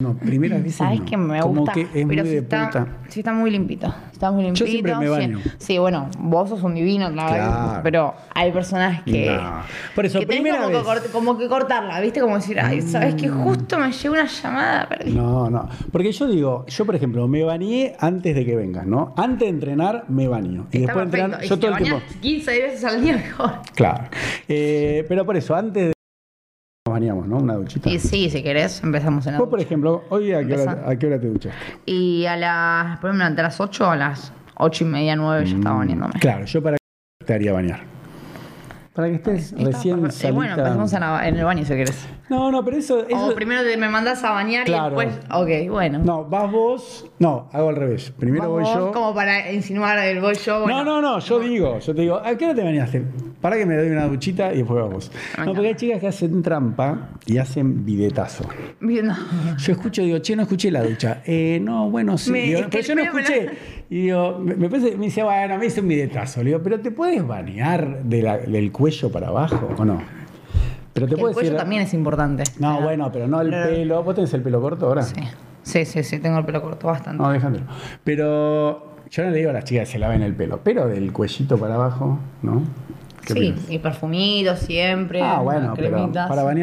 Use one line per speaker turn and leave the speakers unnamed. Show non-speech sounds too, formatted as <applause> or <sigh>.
No, primera vez.
Mm, ¿Sabes
no.
que me
Como
gusta?
que es muy
pero sí
de
está,
puta.
sí está muy limpito. Está muy limpito.
Yo siempre me
sí-
baño.
Sí, bueno, vos sos un divino, la verdad,
Claro.
Pero hay personas que.
No.
Por eso,
que tenés
primera
como,
vez.
Que cort- como que cortarla, ¿viste? Como decir, ay, ¿sabes que
Mm.
Justo me llegó una llamada perdí.
<laughs> No, no. Porque yo digo, yo por ejemplo, me bañé antes de que vengas, ¿no? Antes de entrenar, me baño. Y
Está
después de
perfecto.
entrenar,
Y
yo
si
todo el
te
tiempo.
bañás 15 veces al día mejor.
Claro. Eh, pero por eso, antes de. Nos bañamos, ¿no? Una duchita.
Y sí, si querés, empezamos en la
Vos, por
ducha.
ejemplo, hoy a qué, hora,
Empezá.
a qué hora te duchaste?
Y a las. Por ejemplo, a las 8 o a las 8 y media, 9 ya
Mm.
estaba bañándome.
Claro, yo para qué te haría bañar. Para que estés
Estaba
recién
perfecto. Y bueno,
salita-
empezamos Oh, en, la- en el baño si querés.
No, no, pero eso,
O
eso-
primero te, me mandas a bañar
Claro.
y después. Ok, bueno.
No, vas vos. No, hago al revés. Primero voy
Vos,
yo.
Como para insinuar el voy yo. bueno.
no, no, no, yo digo, yo te digo, ¿a qué hora te bañaste? Para que me doy una duchita y después vamos.
Me
No, porque hay chicas que hacen trampa y hacen bidetazo.
Bien, no.
Yo escucho, digo, che, no escuché la ducha. Eh, no, bueno, sí.
Me-
Digo,
es que
pero yo no
el pelo-
escuché. Y digo, me, me parece- me dice, bueno, me hice un bidetazo. Le digo, pero ¿te puedes bañar de la- del cuello para abajo o no? Pero <laughs> te
El
puedes
cuello
ir-
también es importante.
No, bueno, pero no el
Pero-
pelo. ¿Vos tenés el pelo corto ahora?
Sí. sí, sí, sí, tengo el pelo corto bastante.
No, Alejandro. Pero yo no le digo a las chicas que se laven el pelo, pero del cuellito para abajo, ¿no? ¿Qué
sí,
opinas?
y perfumito siempre.
Ah, bueno,
unas
pero
cremitas.
para bañar.